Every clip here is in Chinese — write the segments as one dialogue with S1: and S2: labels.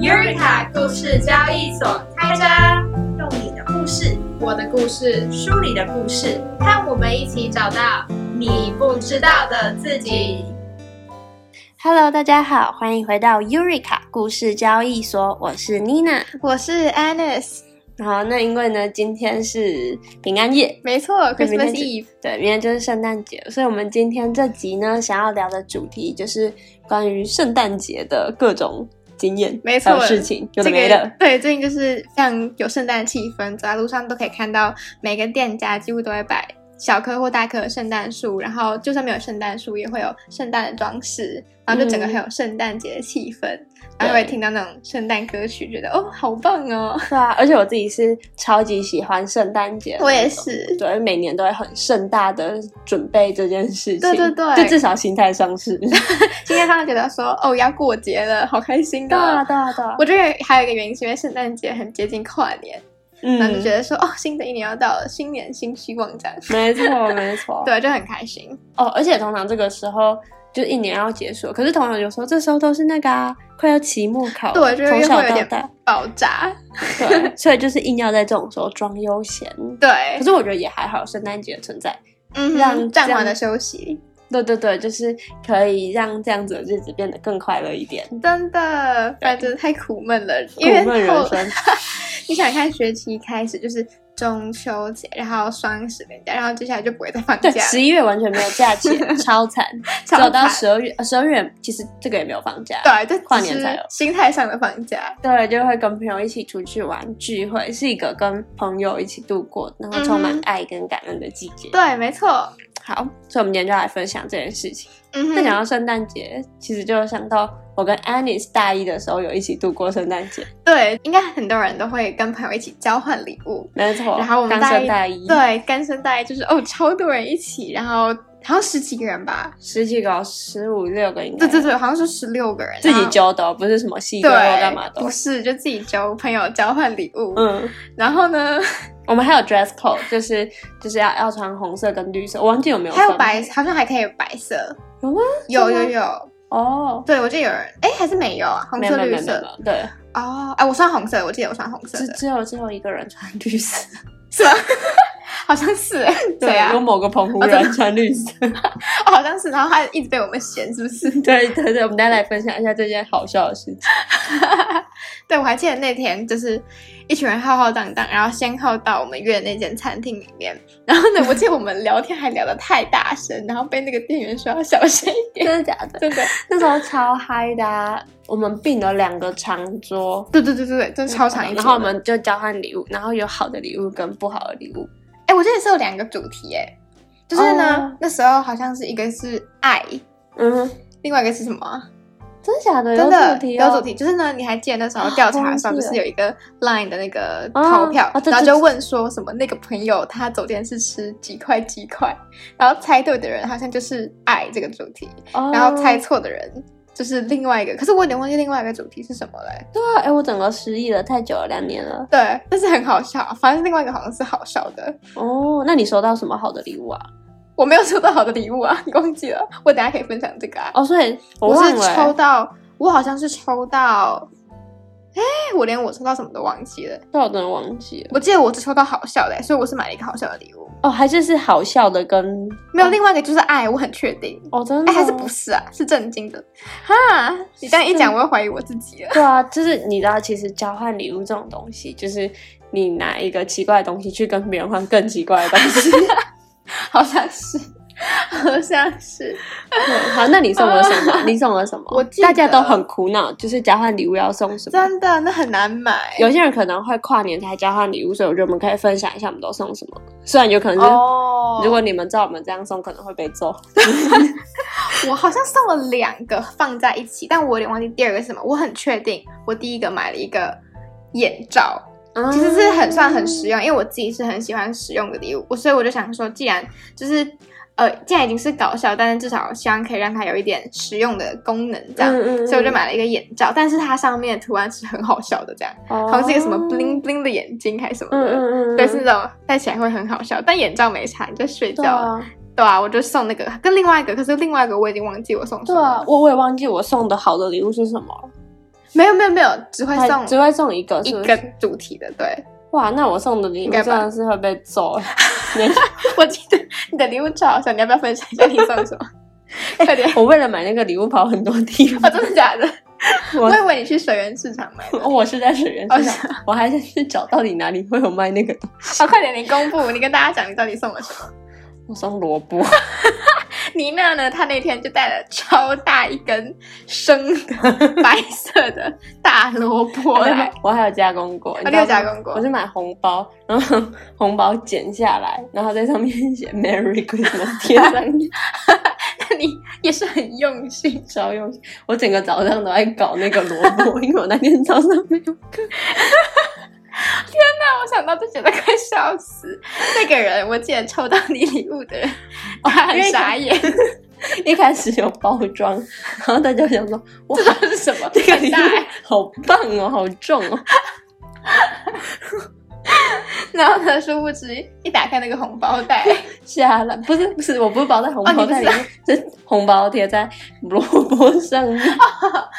S1: Eureka 故事交易所开张，
S2: 用你的故事、
S1: 我的故事，
S2: 书里的故事，
S1: 和我们一起找到你不知道的自己。
S3: Hello，大家好，欢迎回到 Eureka 故事交易所，我是 Nina。
S2: 我是 Alice，
S3: 然后那因为呢，今天是平安夜，
S2: 没错，Christmas
S3: 明天就
S2: Eve，
S3: 对，明天就是圣诞节，所以我们今天这集呢，想要聊的主题就是关于圣诞节的各种经验，
S2: 没错
S3: 还有事情有的
S2: 这
S3: 没
S2: 个
S3: 的。
S2: 对，最近就是非常有圣诞气氛，走在路上都可以看到每个店家几乎都会摆小棵或大棵的圣诞树，然后就算没有圣诞树，也会有圣诞的装饰，然后就整个
S3: 嗯
S2: 很有圣诞节的气氛，然后会
S3: 对
S2: 听到那种圣诞歌曲，觉得哦，好棒哦，
S3: 对啊，而且我自己是超级喜欢圣诞节，
S2: 我也。是。
S3: 对，每年都会很盛大的准备这件事情，
S2: 对对对
S3: 就至少心态上 是。
S2: 今天他们觉得说，哦，要过节了，好开心
S3: 对啊，
S2: 哦。
S3: 对啊，对啊，
S2: 我觉得还有一个原因是因为圣诞节很接近跨年，然后就觉
S3: 嗯，
S2: 得说，哦，新的一年要到了，新年新希望这样，
S3: 没错，没错，
S2: 对，就很开心。
S3: 哦，而且通常这个时候就一年要结束了，可是通常有时候这时候都是那个啊，快要期末考了，
S2: 对，就是
S3: 从
S2: 会
S3: 小
S2: 有
S3: 到
S2: 点
S3: 大，
S2: 爆炸。
S3: 对，所以就是硬要在这种时候装悠闲。
S2: 对
S3: 可，是我觉得也还好，圣诞节的存在，
S2: 嗯哼
S3: 让
S2: 暂
S3: 这样
S2: 缓的休息，
S3: 对对对，就是可以让这样子的日子变得更快乐一点。
S2: 真的，反正太苦闷了。
S3: 苦
S2: 因为
S3: 闷人
S2: 后
S3: 生，
S2: 你想看学期开始就是中秋节，然后双十连假，然后接下来就不会再放假
S3: 对，
S2: 了，
S3: 十一月完全没有假 期，超惨，
S2: 超
S3: 只有到
S2: 惨
S3: 十二月，呃十二月其实这个也没有放假，
S2: 对，就只
S3: 跨年才
S2: 是
S3: 有
S2: 心态上的放假。
S3: 对，就会跟朋友一起出去玩聚会，是一个跟朋友一起度过，然后充
S2: 嗯
S3: 满
S2: 哼
S3: 爱跟感恩的季节。
S2: 对，没错。
S3: 好，所以我们今天就来分享这件事情。
S2: 嗯哼，
S3: 那讲到圣诞节，其实就想到我跟 Anis 大一的时候有一起度过圣诞节，
S2: 对，应该很多人都会跟朋友一起交换礼物。
S3: 没错。
S2: 然后我们
S3: 刚
S2: 大
S3: 升
S2: 一
S3: 大一，，
S2: 对，干生带就是哦，超多人一起，然后好像十几个人吧，
S3: 十几个、十五六个应该，
S2: 对对对，好像是十六个人，
S3: 自
S2: 然
S3: 己
S2: 后
S3: 揪的哦，不是什么系
S2: 对
S3: 队或干嘛的
S2: 不
S3: 哦。
S2: 是就自己交朋友交换礼物，
S3: 嗯，
S2: 然后呢
S3: 我们还有 dress code，就是就是要要穿红色跟绿色，我忘记有没有
S2: 还有
S3: 分
S2: 白，好像还可以有白色，
S3: 有吗？
S2: 有
S3: 真
S2: 有
S3: 的
S2: 有，
S3: 哦，
S2: 对我记得有人哎还是没有啊，红
S3: 没有
S2: 色
S3: 没有
S2: 绿
S3: 没有没
S2: 色
S3: 有，对，
S2: 哦，哎我穿红色，我记得我穿红色
S3: 只
S2: 的，
S3: 只有只有一个人穿绿色，
S2: 是吗？好像是 哎，对啊
S3: 有，某个澎湖
S2: 哦真的
S3: 人穿绿色。
S2: 哦好像是，然后他一直被我们嫌是不是？
S3: 对对对，我们大家来分享一下这件好笑的事情。
S2: 对，我还记得那天就是一群人浩浩荡荡，然后先后到我们约的那间餐厅里面。然后 呢，我记得我们聊天还聊得太大声，然后被那个店员说要小 声一点。
S3: 真的假的？
S2: 真的，
S3: 那时候超嗨的、啊，我们并了两个长桌，
S2: 对对对对对，真的超长一
S3: 然后我
S2: 们，
S3: 们就交换礼物，然后有好的礼物跟不好的礼物。
S2: 哎、我记得是有两个主题，哎，就是呢
S3: 哦
S2: 那时候好像是一个是爱，
S3: 嗯，
S2: 另外一个是什么啊？
S3: 真的假的？
S2: 真的
S3: 有主题、哦，
S2: 有主。题，就是呢，你还记得那时候调查的时
S3: 啊
S2: 候，
S3: 忘
S2: 不
S3: 记了
S2: 是有一个 Line 的那个
S3: 哦
S2: 投票，
S3: 哦对
S2: 然后
S3: 对
S2: 就问说什么那个朋友他昨天是吃几块几块，然后猜对的人好像就是爱这个主题，
S3: 哦、
S2: 然后猜错的人就是另外一个，可是我有点忘记另外一个主题是什么嘞、
S3: 对啊，哎，我整个失忆了，太久了，两年了。
S2: 对，但是很好笑，反正另外一个好像是好笑的。
S3: 哦，那你收到什么好的礼物啊？
S2: 我没有收到好的礼物啊，你 忘记了？我等一下可以分享这个啊。
S3: 哦，所以我
S2: 我
S3: 忘
S2: 是
S3: 了欸、
S2: 抽到，我好像是抽到，哎，我连我抽到什么都忘记了。
S3: 但我真的忘记了。
S2: 我记得我只抽到好笑的欸、所以我是买了一个好笑的礼物，
S3: 哦，还是是好笑的跟
S2: 没有另外一个就是爱，我很确定。
S3: 哦，真的
S2: 哎、
S3: 哦、
S2: 还是不是啊？是震惊的哈！你这样一讲，我又怀疑我自己了。
S3: 对啊，就是你知道，其实交换礼物这种东西，就是你拿一个奇怪的东西去跟别人换更奇怪的东西。
S2: 好像是，好像是。
S3: 对 好，那你送了什 么？你送了什么？
S2: 我记得
S3: 大家都很苦恼，就是交换礼物要送什么。
S2: 真的，那很难买。
S3: 有些人可能会跨年才交换礼物，所以我觉得我们可以分享一下我们都送什么。虽然有可能是，
S2: 哦，
S3: 如果你们知道我们这样送，可能会被揍。
S2: 我好像送了两个放在一起，但我有点忘记第二个是什么。我很确定，我第一个买了一个眼罩，其实是
S3: 嗯
S2: 很算很实用，因为我自己是很喜欢实用的礼物，我所以我就想说，既然就是呃，既然已经是搞笑，但是至少希望可以让它有一点实用的功能，这样，
S3: 嗯嗯嗯
S2: 所以我就买了一个眼罩，但是它上面的图案是很好笑的，这样，
S3: 哦，
S2: 好
S3: 好
S2: 像是一个什么 bling bling 的眼睛还是什么
S3: 嗯
S2: 的，
S3: 嗯嗯，
S2: 对，是那种戴起来会很好笑，但眼罩没差，你在睡觉，
S3: 对啊，
S2: 对啊，我就送那个跟另外一个，可是另外一个我已经忘记我送什
S3: 对
S2: 么
S3: 啊
S2: 了，，
S3: 我我也忘记我送的好的礼物是什么了。
S2: 没有没有没有，只会送
S3: 还只会送一个，
S2: 一
S3: 是不
S2: 个
S3: 是？
S2: 主题的。对，
S3: 哇，那我送的礼
S2: 应
S3: 物
S2: 该
S3: 真
S2: 吧
S3: 的是会被揍。
S2: 我记得你的礼物超好笑，你要不要分享一下你送 什么？快点！
S3: 我为了买那个礼物跑很多地
S2: 哦，
S3: 方，
S2: 真的假的？
S3: 我
S2: 我以为你去水源市场买 的。
S3: 我是在水源
S2: 哦
S3: 市场，我还想去找到底哪里会有卖那个东西。
S2: 哦，快点，你公布，你跟大家讲你到底送了什么。
S3: 我送萝 卜，
S2: 妮娜呢，她那天就带了超大一根生的白色的大萝卜 来，
S3: 我还有加工过，
S2: 啊
S3: 你知道
S2: 你有加工过
S3: 我是买红包，然后 红包剪下来，然后在上面写 Merry Christmas 贴上去，
S2: 那 你也是很用心。
S3: 超用心。我整个早上都在搞那个萝卜， 因为我那天早上没有课。
S2: 那我想到就觉得快笑死。那个人，我记得抽到你礼物 的人，
S3: 哦
S2: 他很傻眼，
S3: 一开始有包装，然后大家想说哇，
S2: 这是什么？
S3: 这个礼物
S2: 很大欸
S3: 好棒哦，好重哦。
S2: 然后呢，殊不知一打开那个红包袋，
S3: 下来不是不是，我不是包在红
S2: 哦你
S3: 包
S2: 不是
S3: 袋里面，是红包贴在萝卜上面。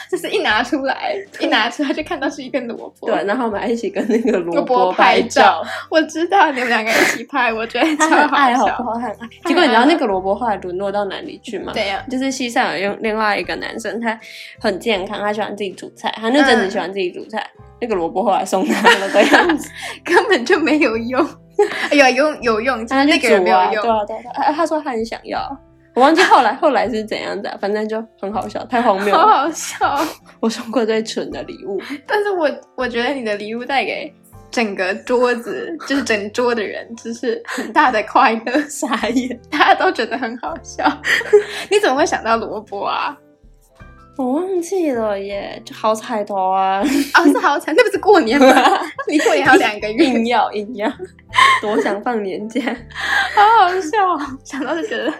S2: 就是一拿出来，一拿出来就看到是一个萝卜。
S3: 对，，然后我们还一起跟那个萝
S2: 萝卜
S3: 卜拍
S2: 拍照。我知道你们两个一起拍，我觉得
S3: 他
S2: 超
S3: 很
S2: 好
S3: 爱好
S2: 笑
S3: 不。好？他很爱。结果你知道那个萝卜后来沦落到哪里去吗？
S2: 怎样？
S3: 就是西上有另另外一个男生，他很健康，他喜欢自己煮菜，他那阵子喜欢自己煮菜。那个萝卜后来送他了的样 子，
S2: 根本就没有用，有用有用，
S3: 他
S2: 那
S3: 就
S2: 个人没
S3: 煮啊，
S2: 有
S3: 对
S2: 用，
S3: 啊对啊。对啊啊他说他很想要，我忘记后来后来是怎样子、啊，反正就很好笑，太荒谬
S2: 好
S3: 了。
S2: 好笑。
S3: 我送过最蠢的礼物，
S2: 但是我我觉得你的礼物带给整个桌子，就是整桌的人，就是很大的快乐，
S3: 傻眼。
S2: 大家都觉得很好笑。你怎么会想到萝卜啊？
S3: 我忘记了耶，就好彩头 啊，
S2: 哦，是好惨，那不是过 年吗？你过年还有两个月，
S3: 硬要硬要，多想放年假。
S2: 好好笑哦。 想到就觉得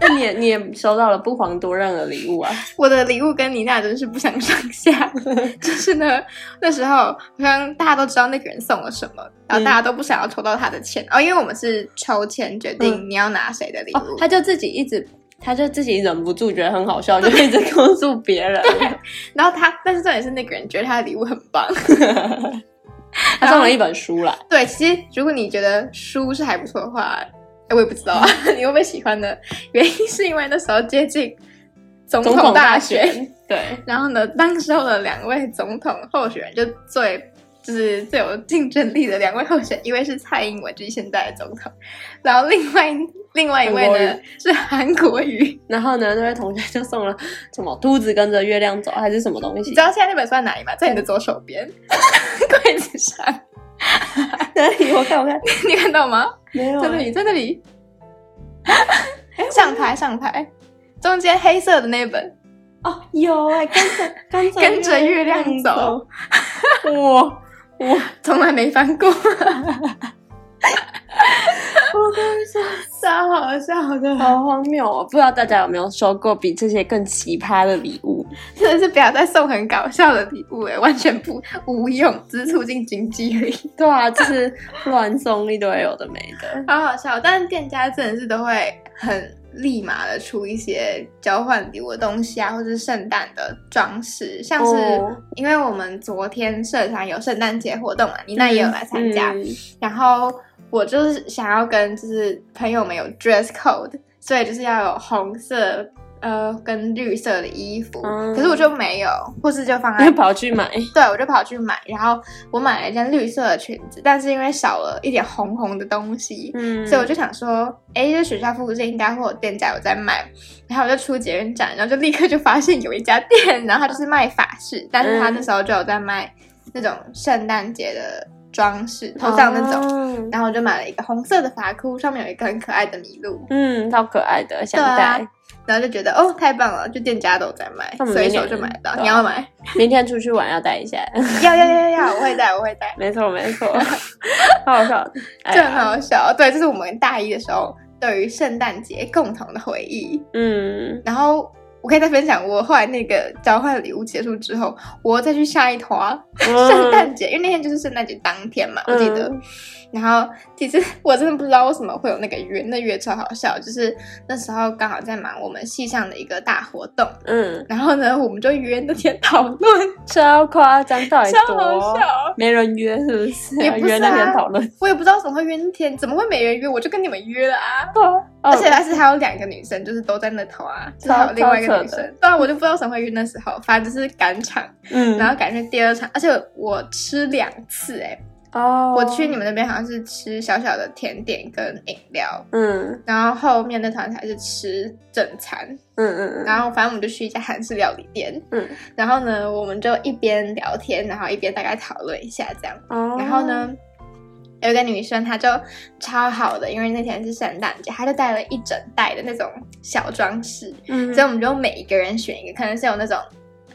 S3: 那你也你也收到了不遑多让的礼物啊？
S2: 我的礼物跟妮娜真是不相上下。就是 呢，那时候好像大家都知道那个人送了什么，然后大家都不想要抽到他的钱、哦，因为我们是抽签决定你要拿谁的礼物。
S3: 哦，他就自己一直，他就自己忍不住觉得很好笑，就一直告诉别人。
S2: 然后他，但是重点是那个人觉得他的礼物很 棒。
S3: 他送了一本书啦，
S2: 对，其实如果你觉得书是还不错的话，哎，我也不知道 啊，你会不会喜欢呢？原因是因为那时候接近总
S3: 总
S2: 统
S3: 统
S2: 大
S3: 选
S2: 选，。
S3: 对，
S2: 然后呢，当时候的两位总统候选人就最就是最有竞争力的两位候选，一位是蔡英文，就是现在的总统，然后另外另外一位
S3: 韩国
S2: 呢是韩国瑜。
S3: 然后呢，那位同学就送了什么兔子跟着月亮走还是什么东
S2: 你
S3: 西
S2: 知？道现在那本书在哪里吗？在你的左手边，柜子上，
S3: 哪里？我看我 看，
S2: 你看到吗？
S3: 没有
S2: 在
S3: 啊
S2: 那里，在那里，上排上排，中间黑色的那本，
S3: 哦，有哎，跟 着跟着
S2: 啊跟着月亮走
S3: 走，哇！
S2: 从来没翻 过，
S3: 我跟你说，
S2: 超好笑的。
S3: 好荒谬哦！不知道大家有没有收过比这些更奇葩的礼物？
S2: 真的是不要再送很搞笑的礼物哎， 完全不无用，只是促进经济 而已，
S3: 对啊，就是乱送一堆有的没 的。
S2: 好好笑。但是店家真的是都会很立马的出一些交换礼物的东西啊，或者是圣诞的装饰，像是、
S3: 哦
S2: 因为我们昨天社团有圣诞节活动嘛，妮娜也有来参加，
S3: 嗯
S2: 然后我就是想要跟就是朋友们有 dress code，所以就是要有红色呃跟绿色的衣服，
S3: 嗯
S2: 可是我就没有，或是就放在
S3: 要跑去买。
S2: 对，我就跑去买，然后我买了一件绿色的裙子，但是因为少了一点红红的东西，
S3: 嗯
S2: 所以我就想说，哎，这学校附近应该会有店家有在卖，然后我就出捷运站，然后就立刻就发现有一家店，然后它就是卖法式，但是
S3: 嗯
S2: 它那时候就有在卖那种圣诞节的装饰，头上那种，
S3: 种，
S2: 然后我就买了一个红色的发箍，上面有一个很可爱的麋鹿，
S3: 嗯，超可爱的，想
S2: 对啊
S3: 戴。
S2: 然后就觉得哦太棒了，就店家都有在卖，
S3: 那我们
S2: 随
S3: 明
S2: 手
S3: 年
S2: 就买得到。
S3: 对啊
S2: 你要买？
S3: 明天出去玩要戴一下。
S2: 要要要要要，我会带，我会带。
S3: 没错，没 错，好好笑。哎
S2: 这很
S3: 呀，
S2: 好笑。对，这是我们大一的时候对于圣诞节共同的回忆。
S3: 嗯，
S2: 然后我可以再分享我后来那个交换礼物结束之后，我再去下一团圣
S3: 圣
S2: 诞节，因为那天就是圣诞节当天嘛，我记得。
S3: 嗯
S2: 然后其实我真的不知道为什么会有那个约，那约超好笑，就是那时候刚好在忙我们系上的一个大活动，
S3: 嗯，
S2: 然后呢，我们就约那天 讨论，
S3: 超夸张，到底
S2: 超好
S3: 多
S2: 笑。
S3: 没人约是不是？
S2: 也不是
S3: 约
S2: 啊
S3: 那边讨论，
S2: 我也不知道怎么会约那天，怎么会没人约？我就跟你们约了啊！而
S3: 而
S2: 且但是还有两个女生，就是都在那头啊，就是还有另外一个
S3: 哦
S2: 女
S3: 超扯的
S2: 生。对啊，我就不知道怎么会约那时候，反正就是赶场，
S3: 嗯，
S2: 然后赶去第二场，而且我吃两次哎、
S3: 哦，
S2: 我去你们那边好像是吃小小的甜点跟饮料，
S3: 嗯
S2: 然后后面那团才是吃正餐，
S3: 嗯嗯嗯
S2: 然后反正我们就去一家韩式料理店，
S3: 嗯，
S2: 然后呢，我们就一边聊天，然后一边大概讨论一下这样，
S3: 哦
S2: 然后？呢。有一个女生，她就超好的，因为那天是圣诞节，她就带了一整袋的那种小装饰，
S3: 嗯，
S2: 所以我们就每一个人选一个，可能是有那种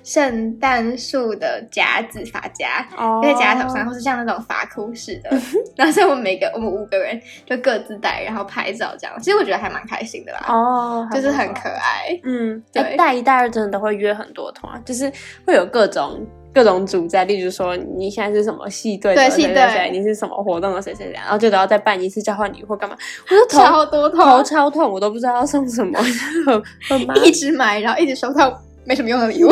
S2: 圣诞树的夹子发夹，
S3: 哦
S2: 在夹在头上，或是像那种发箍似 的。然后所以我们每个我们五个人就各自带，然后拍照这样。其实我觉得还蛮开心的啦，
S3: 哦，
S2: 就是
S3: 还
S2: 很
S3: 不错
S2: 可爱。
S3: 嗯，
S2: 对
S3: 哎大一、大二真的都会约很多团，就是会有各种各种组在，例如说你现在是什么系队的
S2: 对
S3: 谁
S2: 系
S3: 谁
S2: 队
S3: 谁，你是什么活动的谁谁谁，然后就都要再办一次交换礼物或干嘛，我就头
S2: 超多
S3: 头
S2: 头，
S3: 超痛，我都不知道要送什么， 很很麻
S2: 一直买，然后一直收到没什么用的 礼物。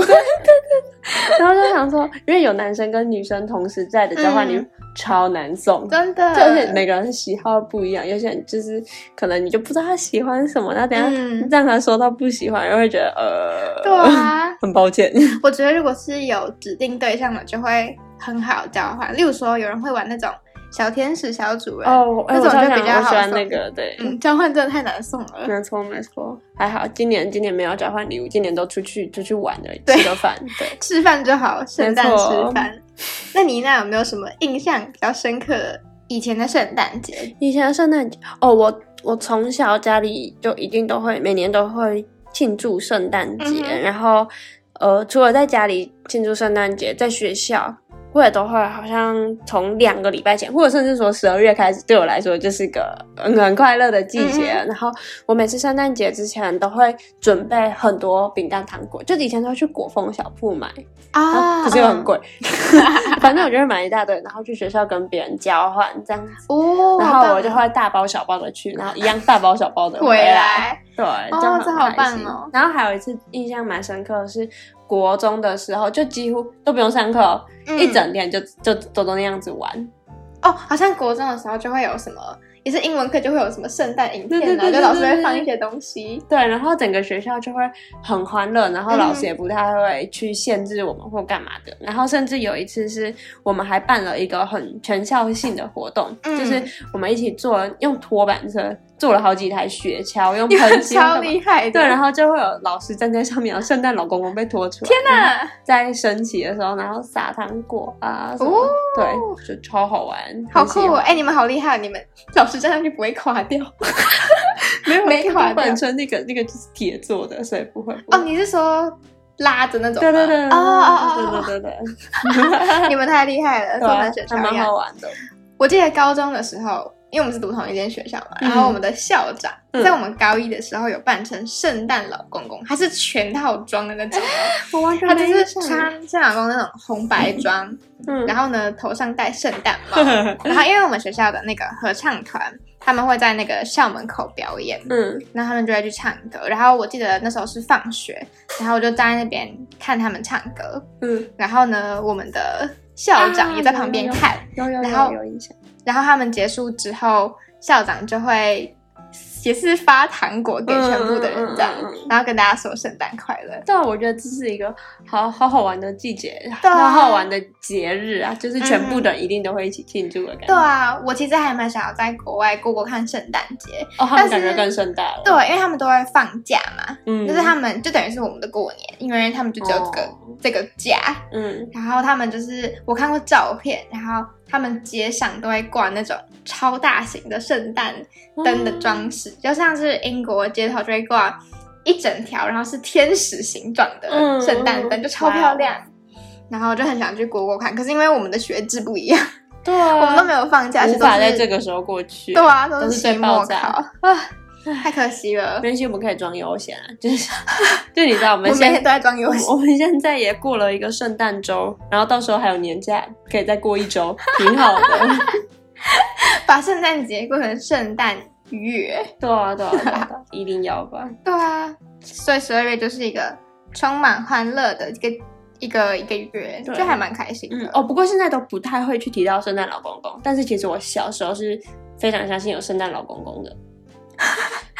S3: 然后就想说，因为有男生跟女生同时在的交换礼物、
S2: 嗯
S3: 超难送。
S2: 真的，
S3: 就而 且每个人喜好不一样，有些人就是可能你就不知道他喜欢什么，那等下
S2: 嗯
S3: 让他收到不喜欢，又会觉得呃，
S2: 对啊，
S3: 很抱歉。
S2: 我觉得如果是有指定对象的，就会很好交换。例如说，有人会玩那种小天使小主人，
S3: 哦，哎我
S2: 那种
S3: 超
S2: 就
S3: 想
S2: 比较
S3: 我喜
S2: 好
S3: 欢
S2: 送
S3: 那个，对，
S2: 嗯，交换真的太难送了。
S3: 没错没错，还好今年今年没有交换礼物，今年都出去出去玩而已，
S2: 对
S3: 吃个饭，对。
S2: 吃饭就好，圣诞
S3: 没
S2: 吃
S3: 错
S2: 饭。那你那有没有什么印象比较深刻的以前的圣诞节？
S3: 以前的圣诞节哦，我我从小家里就一定都会每年都会庆祝圣诞节，
S2: 嗯哼
S3: 然后呃，除了在家里庆祝圣诞节，在学校我也都会，好像从两个礼拜前，或者甚至说十二月开始，对我来说就是个嗯很快乐的季节。然后我每次圣诞节之前都会准备很多饼干糖果，就以前都会去果风小铺买，
S2: 啊
S3: 可是又很贵， 反正我就会买一大堆，然后去学校跟别人交换这样子。
S2: 哦，
S3: 然
S2: 好棒
S3: 后我就会大包小包的去，然后一样大包小包的
S2: 回
S3: 来。
S2: 来，
S3: 对，这样
S2: 这
S3: 很
S2: 好
S3: 开
S2: 棒
S3: 心
S2: 哦。
S3: 然后还有一次印象蛮深刻的是，国中的时候就几乎都不用上课哦，
S2: 嗯
S3: 一整天就就都都那样子玩。
S2: 哦，好像国中的时候就会有什么，也是英文课就会有什么圣诞影片啊，
S3: 对对对
S2: 就
S3: 对
S2: 老师
S3: 对
S2: 会
S3: 对
S2: 放一些东西。
S3: 对，然后整个学校就会很欢乐，然后老师
S2: 嗯
S3: 也不太会去限制我们或干嘛的。然后甚至有一次是我们还办了一个很全校性的活动，
S2: 嗯
S3: 就是我们一起坐用拖板车坐了好几台雪橇， 用
S2: 你们
S3: 喷漆用干
S2: 超
S3: 嘛
S2: 厉害的，
S3: 对，然后就会有老师站在上面，然后圣诞老公公被拖出来。
S2: 天
S3: 哪！
S2: 哪，
S3: 在升旗的时候，然后撒糖果啊什么，
S2: 哦
S3: 对，就超好玩，
S2: 好
S3: 很喜
S2: 酷哦！
S3: 欢！
S2: 哎，你们好厉害哦，你们老师站上去不会垮掉， 没有没垮
S3: 我
S2: 掉
S3: 本。身那个那个就是铁做的，所以不会。不会
S2: 哦，你是说拉着那种吗？
S3: 对对对，对
S2: 哦哦哦哦
S3: 对对对对对，
S2: 哦，你们太厉害了，
S3: 对
S2: 做
S3: 啊
S2: 成雪
S3: 还
S2: 橇一
S3: 蛮
S2: 样
S3: 好。玩的。
S2: 我记得高中的时候，因为我们是读同一间学校嘛，
S3: 嗯
S2: 然后我们的校长
S3: 嗯
S2: 在我们高一的时候有扮成圣诞老公公，他是全套装的那种哦，
S3: 我完
S2: 他就
S3: 没
S2: 是
S3: 印象
S2: 穿圣诞老公公那种红白装，
S3: 嗯，
S2: 然后呢头上戴圣诞帽， 然后因为我们学校的那个合唱团，他们会在那个校门口表演，
S3: 嗯
S2: 然后他们就会去唱歌，然后我记得那时候是放学，然后我就站在那边看他们唱歌，
S3: 嗯，
S2: 然后呢我们的校长
S3: 啊
S2: 也在旁边
S3: 有有有
S2: 看。
S3: 有有
S2: 然后
S3: 有有印象。
S2: 然后他们结束之后，校长就会也是发糖果给全部的人这样，
S3: 嗯嗯嗯嗯嗯
S2: 然后跟大家说圣诞快乐。
S3: 但啊我觉得这是一个好好好玩的季节，
S2: 对啊嗯
S3: 好好玩的节日啊，就是全部的人一定都会一起庆祝的感觉。
S2: 对啊，我其实还蛮想要在国外过过看圣诞节，
S3: 哦，他们
S2: 但是
S3: 感觉更盛大了。
S2: 对，因为他们都会放假嘛，
S3: 嗯，
S2: 就是他们就等于是我们的过年，因为他们就只有这个、
S3: 哦
S2: 这个假，
S3: 嗯，
S2: 然后他们就是我看过照片，然后他们街上都会挂那种超大型的圣诞灯的装饰，就像是英国街头就会挂一整条，然后是天使形状的
S3: 嗯
S2: 圣诞灯，
S3: 嗯
S2: 就超
S3: 哇哦
S2: 漂亮。然后就很想去国国看，可是因为我们的学制不一样，
S3: 对啊，
S2: 我们都没有放假，而且
S3: 无
S2: 都
S3: 法
S2: 是
S3: 在这个时候过去。
S2: 对啊，都
S3: 都
S2: 是
S3: 是最
S2: 期末
S3: 爆
S2: 考
S3: 炸
S2: 啊，太可惜了。
S3: 没关系，我们可以装悠闲啊，就是 就你知道我
S2: 我
S3: 们
S2: 每天
S3: 现
S2: 都在装游戏，
S3: 我们现在也过了一个圣诞周，然后到时候还有年假，可以再过一周，挺好的。
S2: 把圣诞节过成圣诞月。
S3: 对啊，对啊，对啊，对啊一定要吧。
S2: 对啊，所以十二月就是一个充满欢乐的一个一个一个月，
S3: 对
S2: 就还蛮开心
S3: 嗯
S2: 的。，
S3: 哦，不过现在都不太会去提到圣诞老公公，但是其实我小时候是非常相信有圣诞老公公的，嗯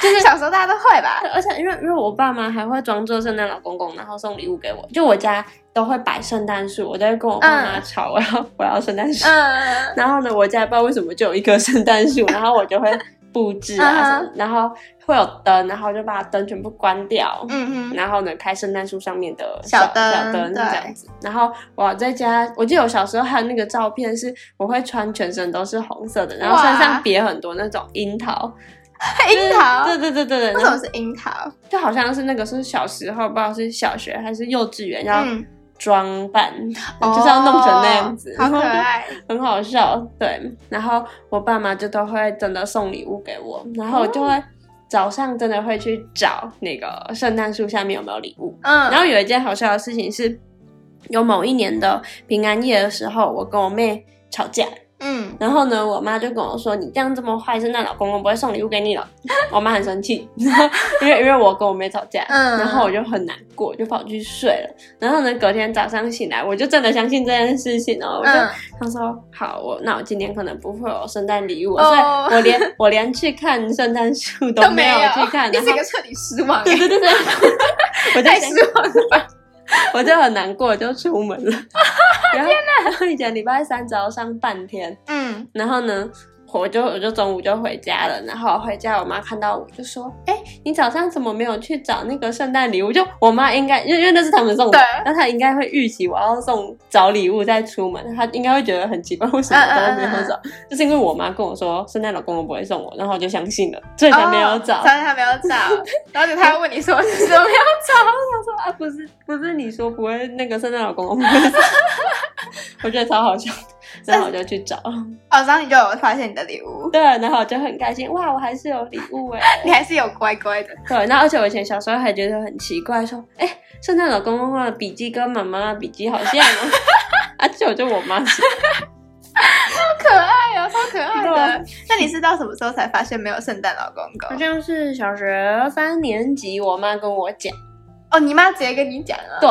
S2: 就是小时候大家都会 吧？
S3: 而且因为因为我爸妈还会装作圣诞老公公，然后送礼物给我，就我家都会摆圣诞树，我都会跟我爸妈
S2: 嗯
S3: 吵，我要我要圣诞树，
S2: 嗯，
S3: 然后呢，我家不知道为什么就有一棵圣诞树，然后我就会布置
S2: 嗯
S3: 啊什么，然后会有灯，然后我就把灯全部关掉，
S2: 嗯哼，
S3: 然后呢，开圣诞树上面的
S2: 小灯
S3: 小灯这
S2: 对
S3: 样子。然后我在家，我记得我小时候还有那个照片，是我会穿全身都是红色的，然后
S2: 哇
S3: 身上别很多那种樱桃，
S2: 哎樱桃，
S3: 对对对对对，
S2: 为
S3: 然
S2: 什
S3: 后
S2: 么是樱桃？
S3: 就好像是那个是小时候，不知道是小学还是幼稚园要
S2: 嗯，
S3: 装扮，啊就是要弄成那样子，
S2: 哦好可爱。
S3: 很好笑，对。然后我爸妈就都会真的送礼物给我，然后我就会早上真的会去找那个圣诞树下面有没有礼物。
S2: 嗯，
S3: 然后有一件好笑的事情是，有某一年的平安夜的时候，我跟我妹吵架，
S2: 嗯，
S3: 然后呢，我妈就跟我说：“你这样这么坏，圣诞老公公不会送礼物给你了。” 我妈很生气，然后因为因为我跟我妹吵架，
S2: 嗯
S3: 然后我就很难过，就跑去睡了。然后呢，隔天早上醒来，我就真的相信这件事情哦，我就
S2: 嗯
S3: 他说：“好，我那我今年可能不会有圣诞礼物，
S2: 哦
S3: 所以我连我连去看圣诞树都
S2: 都
S3: 没
S2: 有
S3: 去看。”
S2: 你
S3: 然后
S2: 整个彻底失望，
S3: 对对对对，我就
S2: 太
S3: 想
S2: 失望了吧？
S3: 我就很难过，就出门了。 然后然后以前礼拜三只要上半天，
S2: 嗯，
S3: 然后呢，我就我就中午就回家了。然后回家，我妈看到我就说：“哎、你早上怎么没有去找那个圣诞礼物？”就我妈应该，因为因为那是他们送的
S2: 对，
S3: 那她应该会预期我要送找礼物再出门，她应该会觉得很奇怪，为 什么我都没有找？就是因为我妈跟我说圣诞老公公不会送我，然后我就相信了，所以才没有找。
S2: 哦才才没有找，然后他问你说你怎么没有
S3: 说啊，不是不是，你说不会那个圣诞老公公不会送， 我觉得超好笑的。然后我就去找，
S2: 哦，然后你就有发现你的礼物，
S3: 对，然后我就很开心，哇，我还是有礼物哎、
S2: 你还是有乖乖的，
S3: 对，那而且我以前小时候还觉得很奇怪，说，哎、圣诞老公公的笔记跟妈妈的笔记好像 哦，而且我就我妈写
S2: 好可爱哦，超可爱
S3: 对啊
S2: 的。那你是到什么时候才发现没有圣诞老公
S3: 好
S2: 公？
S3: 像是小学三年级，我妈跟我讲，
S2: 哦，你妈直接跟你讲啊，
S3: 对，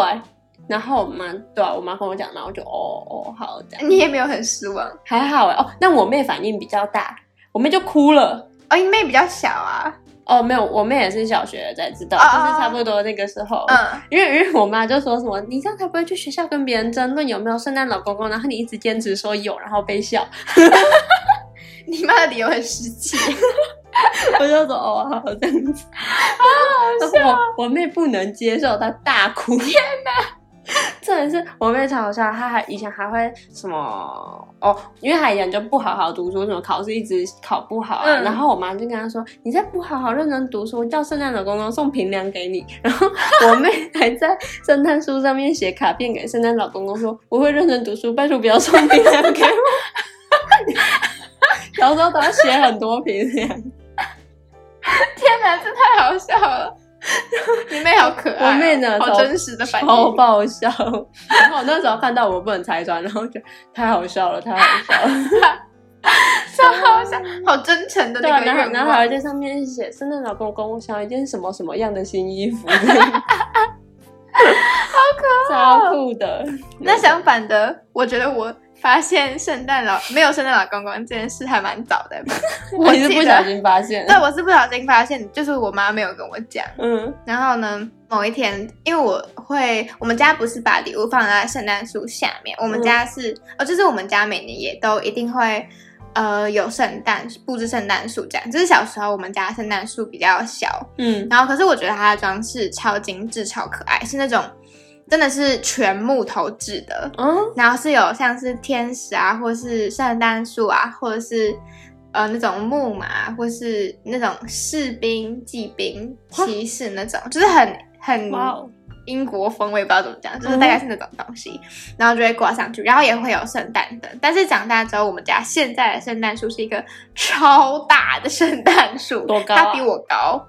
S3: 然后我妈对、啊、我妈跟我讲，然后我就哦哦好这样，
S2: 你也没有很失望
S3: 还好哎、哦，那我妹反应比较大，我妹就哭了。
S2: 哦，你妹比较小啊，
S3: 哦，没有，我妹也是小学才知道，
S2: 哦
S3: 就是
S2: 哦
S3: 差不多那个时候，
S2: 嗯，
S3: 因为因为我妈就说什么，你这样才不会去学校跟别人争论有没有圣诞老公公，然后你一直坚持说有，然后被笑，
S2: 你妈的理由很实 际，
S3: 我就说哦好这样子，好笑。我我妹不能接受，她大哭。天哪！ 重点是我妹超好笑，她还以前还会什么哦，因为她以前就不好好读书，什么考试一直考不好、啊
S2: 嗯
S3: 然后我妈就跟她说：“你再不好好认真读书，叫圣诞老公公送平凉给你。” 然后我妹还在圣诞树上面写卡片给圣诞老公公说：“我会认真读书，拜托不要送平凉给我。” 小时候都要写很多平凉，
S2: 天哪，这太好笑了。你妹好可爱哦、
S3: 我妹呢
S2: 好
S3: 超
S2: 真实的反应，
S3: 超爆笑。 然后我那时候看到我不能拆穿，然后觉得太好笑了，太好笑 了。
S2: 超好笑，好真诚的
S3: 对
S2: 那
S3: 啊，
S2: 个
S3: 然后
S2: 愿
S3: 然后还
S2: 望。
S3: 在上面写圣诞老公公，我想要一件什么什么样的新 衣服，好可爱，超酷的。
S2: 那相反的，我觉得我发现圣诞老没有圣诞老公公这件事还蛮早 的，我
S3: 我是
S2: 记
S3: 不
S2: 得
S3: 小心发现，
S2: 对，我是不小心发现，就是我妈没有跟我讲。
S3: 嗯
S2: 然后呢，某一天，因为我会，我们家不是把礼物放在圣诞树下面，我们家是、哦，就是我们家每年也都一定会。呃，有圣诞布置圣诞树这样，就是小时候我们家圣诞树比较小，
S3: 嗯，
S2: 然后可是我觉得它的装饰超精致、超可爱，是那种真的是全木头制的，
S3: 哦，
S2: 然后是有像是天使啊，或是圣诞树啊，或者是呃那种木马，啊或是那种士兵、骑兵、骑士那种，就是很很
S3: 哇哦，嗯
S2: 英国风，我也不知道怎么讲，就是大概是那种东西，然后就会挂上去，然后也会有圣诞灯。但是长大之后，我们家现在的圣诞树是一个超大的圣诞树，
S3: 多高啊
S2: 它比我 高，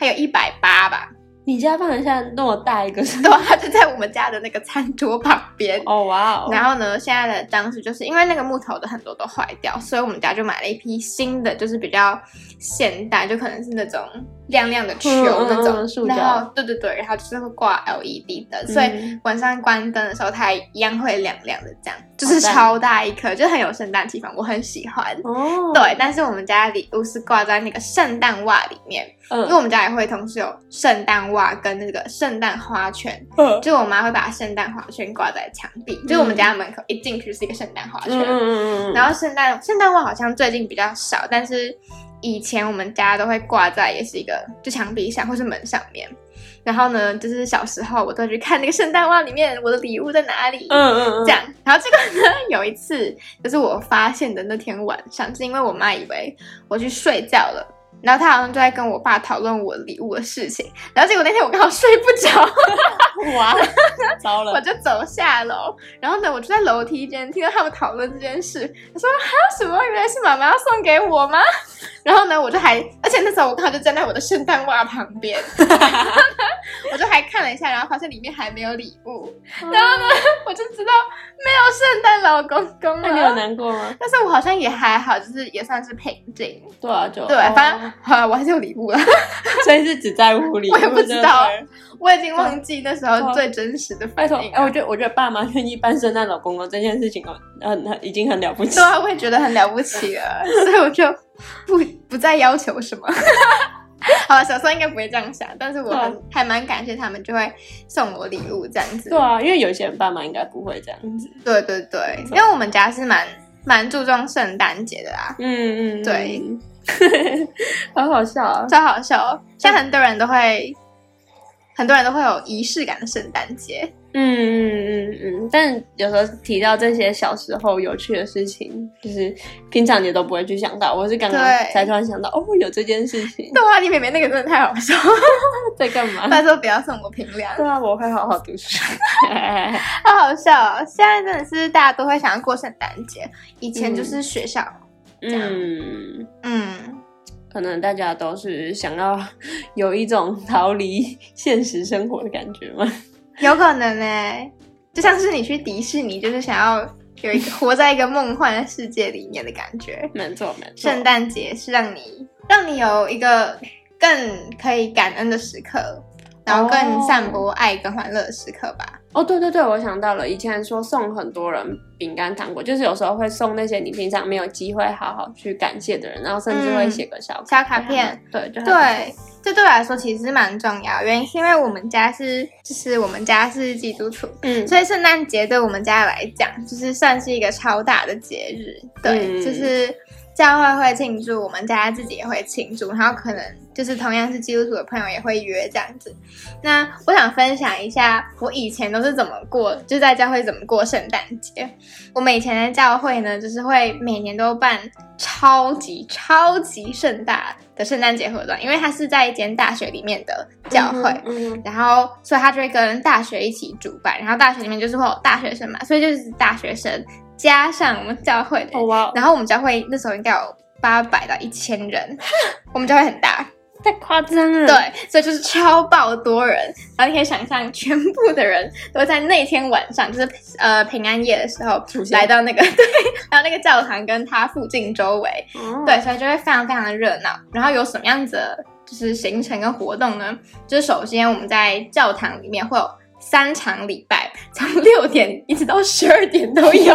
S2: 还有一百八吧。
S3: 你家放得下那么大一个是？
S2: 对啊，它就在我们家的那个餐桌旁边。
S3: 哦哇 哦，
S2: 然后呢，现在的当时就是因为那个木头的很多都坏掉，所以我们家就买了一批新的，就是比较现代，就可能是那种亮亮的球
S3: 嗯嗯嗯
S2: 那种，
S3: 塑胶
S2: 然后对对对，然后就是会挂 LED 的，所以
S3: 嗯
S2: 晚上关灯的时候它一样会亮亮的，这样就
S3: 好
S2: 是
S3: 赞
S2: 超大一颗，就很有圣诞气氛，我很喜欢。
S3: 哦，
S2: 对，但是我们家礼物是挂在那个圣诞袜里面，因为
S3: 嗯，
S2: 我们家也会同时有圣诞袜跟那个圣诞花圈，
S3: 嗯
S2: 就我妈会把圣诞花圈挂在墙壁，就我们家门口一进去是一个圣诞花圈，
S3: 嗯嗯嗯，
S2: 然后圣诞圣诞袜好像最近比较少，但是以前我们家都会挂在也是一个就墙壁上或是门上面。然后呢，就是小时候我都会去看那个圣诞袜里面我的礼物在哪里，
S3: 嗯嗯嗯，
S2: 这样。然后这个呢，有一次就是我发现的那天晚上，是因为我妈以为我去睡觉了，然后她好像就在跟我爸讨论我礼物的事情，然后结果那天我刚好睡不着，
S3: 哇， 糟
S2: 我
S3: 了，
S2: 就走下楼，然后呢，我就在楼梯间听到他们讨论这件事，他说还有什么？原来是妈妈要送给我吗？ 然后呢，我就还，而且那时候我刚好就站在我的圣诞袜旁 边，然后呢，我就还看了一下，然后发现里面还没有礼
S3: 哦
S2: 物，
S3: 然后呢？
S2: 我就知道没有圣诞老公 公
S3: 那你有
S2: 了。
S3: 难过吗？
S2: 但是我好像也还好，就是也算是平静。
S3: 对啊，就
S2: 对，
S3: 哦
S2: 反正好，我还是有礼物了。
S3: 所以是只在乎里，
S2: 我也不知道
S3: 对对
S2: 我已经忘记那时候
S3: 对啊
S2: 最真实的
S3: 拜
S2: 反
S3: 托，
S2: 应
S3: 哎、
S2: 了。
S3: 我觉得我觉得爸妈愿意扮圣诞老公公这件事情，哦，很很已经很了不起
S2: 对。啊，我也觉得很了不起 了，所以我就不不再要求什么。 好了，小时候应该不会这样想，但是我很还蛮感谢他们，就会送我礼物这样子。
S3: 对啊，因为有些人爸妈应该不会这样子。
S2: 对对对，因为我们家是蛮蛮注重圣诞节的啦，
S3: 嗯嗯，
S2: 对
S3: 嗯， 好好笑啊！
S2: 超好笑哦。像很多人都会，很多人都会有仪式感的圣诞节。
S3: 嗯嗯嗯嗯，但有时候提到这些小时候有趣的事情，就是平常你都不会去想到，我是刚刚
S2: 对
S3: 才突然想到，哦，有这件事情
S2: 对啊，你妹妹那个真的太好笑了，
S3: 在干嘛？
S2: 拜托不要送我平 凉。
S3: 对啊，我会好好读 书。
S2: 好好笑、哦！现在真的是大家都会想要过圣诞节，以前就是学校，
S3: 嗯，
S2: 嗯
S3: 可能大家都是想要 有一种逃离现实生活的感觉嘛。
S2: 有可能呢、欸就像是你去迪士尼，就是想要有一个活在一个梦幻的世界里面的感觉。
S3: 没错，没错。
S2: 圣诞节是让你让你有一个更可以感恩的时刻，然后更散播爱跟欢乐的时刻吧。
S3: 哦，对对对，我想到了，以前说送很多人饼干糖果，就是有时候会送那些你平常没有机会好好去感谢的人，然后甚至会写个小
S2: 嗯小
S3: 给他
S2: 卡
S3: 们
S2: 片，，
S3: 对，就很
S2: 对，这对我来说其实蛮重要，原因是因为我们家是就是我们家是基督徒，
S3: 嗯，
S2: 所以圣诞节对我们家来讲，就是算是一个超大的节日。对，
S3: 嗯
S2: 就是教会会庆祝，我们家自己也会庆祝，然后可能就是同样是基督徒的朋友也会约这样子。那我想分享一下我以前都是怎么过，就是在教会怎么过圣诞节。我们以前的教会呢，就是会每年都办超级超级盛大的圣诞节活动，因为它是在一间大学里面的教会。
S3: 嗯哼
S2: 然后所以他就会跟大学一起主办，然后大学里面就是会有大学生嘛，所以就是大学生加上我们教会的人
S3: 哦哇哦，
S2: 然后我们教会那时候应该有八百到一千人，我们教会很大，
S3: 太夸张了，
S2: 对，所以就是超爆多人，然后你可以想象全部的人都在那天晚上，就是呃平安夜的时候
S3: 出现
S2: 来到那个 对，来到那个教堂跟它附近周围，
S3: 哦，
S2: 对，所以就会非常非常的热闹。然后有什么样子的就是行程跟活动呢？就是首先我们在教堂里面会有三场礼拜，从六点一直到十二点都有，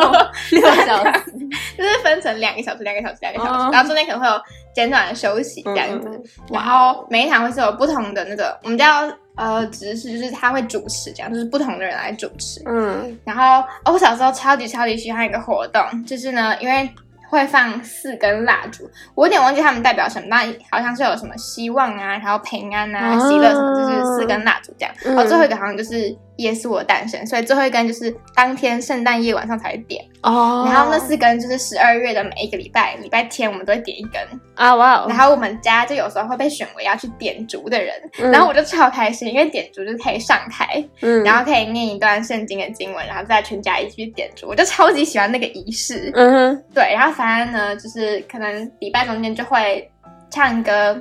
S3: 六小时，
S2: 就是分成两个小时、两个小时、两个小时，
S3: 哦
S2: 然后中间可能会有简短的休息这样子。
S3: 嗯
S2: 然后每一场会是有不同的那个我们叫呃执事，就是他会主持这样，就是不同的人来主持。
S3: 嗯，
S2: 然后、哦、我小时候超级超级喜欢一个活动，就是呢，因为会放四根蜡烛，我有点忘记他们代表什么，但好像是有什么希望啊，然后平安啊、
S3: 哦嗯
S2: 哦喜乐什么，就是四根蜡烛这样。然后最后一个好像就是夜是我的诞生，所以最后一根就是当天圣诞夜晚上才会点。
S3: 哦
S2: 然后那四根就是十二月的每一个礼拜，礼拜天我们都会点一根。
S3: 啊哇哦，
S2: 然后我们家就有时候会被选为要去点烛的人，
S3: 嗯
S2: 然后我就超开心，因为点烛就是可以上台，
S3: 嗯
S2: 然后可以念一段圣经的经文，然后再全家一起去点烛，我就超级喜欢那个仪式。
S3: 嗯哼
S2: 对，然后反正呢，就是可能礼拜中间就会唱歌，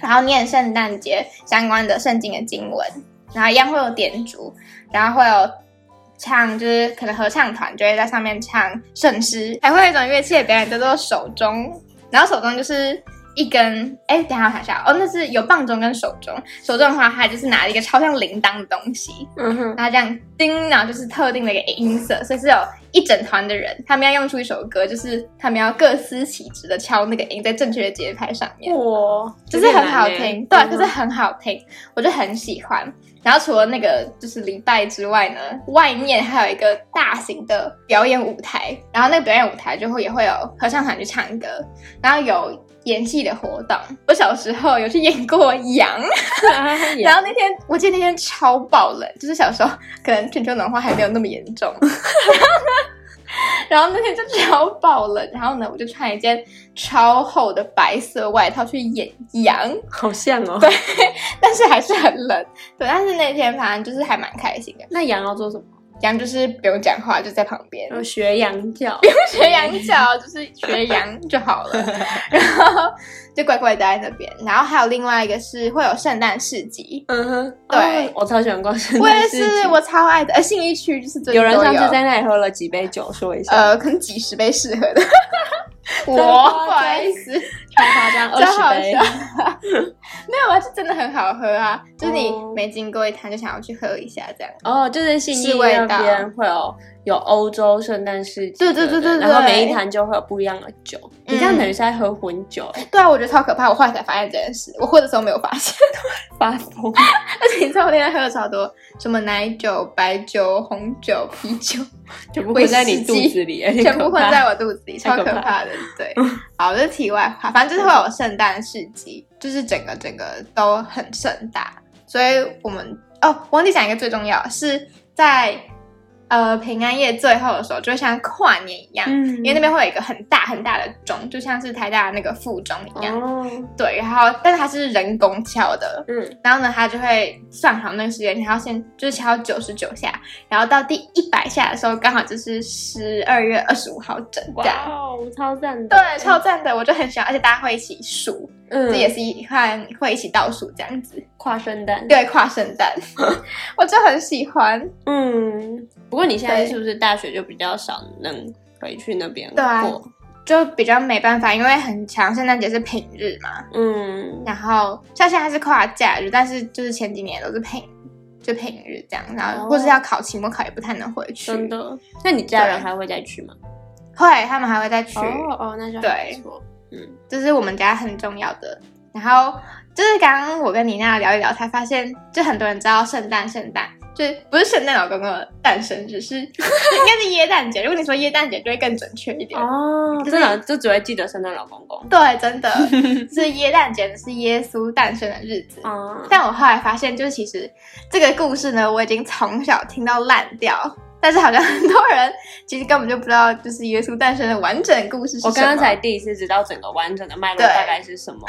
S2: 然后念圣诞节相关的圣经的经文，然后一样会有点烛，然后会有唱，就是可能合唱团就会在上面唱圣诗，还会有一种乐器的表演叫做手钟，然后手钟就是。一根，哎，等一下我想一下，哦，那是有棒钟跟手钟，手钟的话，它就是拿了一个超像铃铛的东西，
S3: 嗯哼，
S2: 然后这样叮，然后就是特定的一个音色，所以是有一整团的人，他们要用出一首歌，就是他们要各司其职的敲那个音，在正确的节拍上面，
S3: 哇，
S2: 就是很好听，对，
S3: 嗯哼
S2: 就是很好听，我就很喜欢。然后除了那个就是礼拜之外呢，外面还有一个大型的表演舞台，然后那个表演舞台就会也会有合唱团去唱歌，然后有演戏的活动。我小时候有去演过羊。然后那天，我记得那天超爆冷，就是小时候可能全球暖化还没有那么严重。 然后那天就超爆冷，然后呢，我就穿一件超厚的白色外套去演羊，
S3: 好像哦，
S2: 对，但是还是很冷。对，但是那天反正就是还蛮开心的。
S3: 那羊要做什么？
S2: 羊就是不用讲话，就在旁边。
S3: 要学羊叫，
S2: 学羊角，就是学羊就好了，然后就乖乖待在那边。然后还有另外一个是会有圣诞市集，
S3: 嗯哼，
S2: 对
S3: 哦我超喜欢逛圣
S2: 我
S3: 诞
S2: 也
S3: 市集
S2: 是，我超爱的。呃，信义区就是最近
S3: 有人
S2: 都
S3: 上次在那里喝了几杯酒，说一下，
S2: 呃，可能几十杯适合的。 我
S3: 真的吗
S2: 不好意思，
S3: 超夸 张，
S2: 真好
S3: 二十杯
S2: 笑，。没有啊，是真的很好喝啊，就是你
S3: 哦
S2: 没经过一摊就想要去喝一下这样。
S3: 哦，就是信义
S2: 是味
S3: 那
S2: 道
S3: 边会有有欧洲圣诞市集，
S2: 对对
S3: 对
S2: 对对
S3: 然后
S2: 对嗯
S3: 每一坛就会有不一样的酒，你这样等于是在喝混酒，
S2: 对啊，我觉得超可怕，我后来才发现这件事，我喝的时候没有 发现。
S3: 发疯。
S2: 而且你知道我那天喝了超多，什么奶酒、白酒、红酒、啤酒，
S3: 全部混在你肚子里，有点
S2: 全部
S3: 可怕
S2: 混在我肚子里，
S3: 太
S2: 超
S3: 可
S2: 可
S3: 怕
S2: 怕的。对，好，这是题外话，反正就是会有圣诞市集，就是整个整个都很盛大，所以我们哦，忘记讲一个最重要的是在呃平安夜最后的时候，就会像跨年一样。
S3: 嗯，
S2: 因为那边会有一个很大很大的钟，就像是台大的那个附钟一样，
S3: 哦，
S2: 对。然后，但是它是人工敲的，
S3: 嗯，
S2: 然后呢，他就会算好那个时间，然后先就是敲九十九下，然后到第一百下的时候，刚好就是十二月二十五号整这样。
S3: 哇哦，超赞的，
S2: 对，超赞的，我就很喜欢，而且大家会一起数，
S3: 嗯，
S2: 这也是一块会一起倒数这样子，
S3: 跨圣诞，，
S2: 对，跨圣 诞，我就很喜欢。
S3: 嗯。不过你现在
S2: 对
S3: 是不是大学就比较少能回去那边
S2: 对啊
S3: 过？
S2: 就比较没办法，因为很长，圣诞节是平日嘛，
S3: 嗯，
S2: 然后像现在是跨假日，但是就是前几年都是平，就平日这样，然后或是要考期末考也不太能回去，
S3: 哦真的。那你家人
S2: 对
S3: 还会再去吗？
S2: 会他们还会再去，
S3: 哦哦，那就还不错。嗯，
S2: 这是我们家很重要的。然后就是刚刚我跟妮娜聊一聊，才发现，就很多人知道圣诞，圣诞就是不是圣诞老公公的诞生 日，是应该是耶诞节。如果你说耶诞节，就会更准确一点。
S3: 哦，
S2: 可是
S3: 真的就只会记得圣诞老公公。
S2: 对，真的是耶诞节，是耶稣诞生的日子。
S3: 啊，
S2: 但我后来发现，就是其实这个故事呢，我已经从小听到烂掉，但是好像很多人其实根本就不知道，就是耶稣诞生的完整故事是什
S3: 我
S2: 么。
S3: 刚刚才第一次知道整个完整的脉络
S2: 对
S3: 大概是什 么，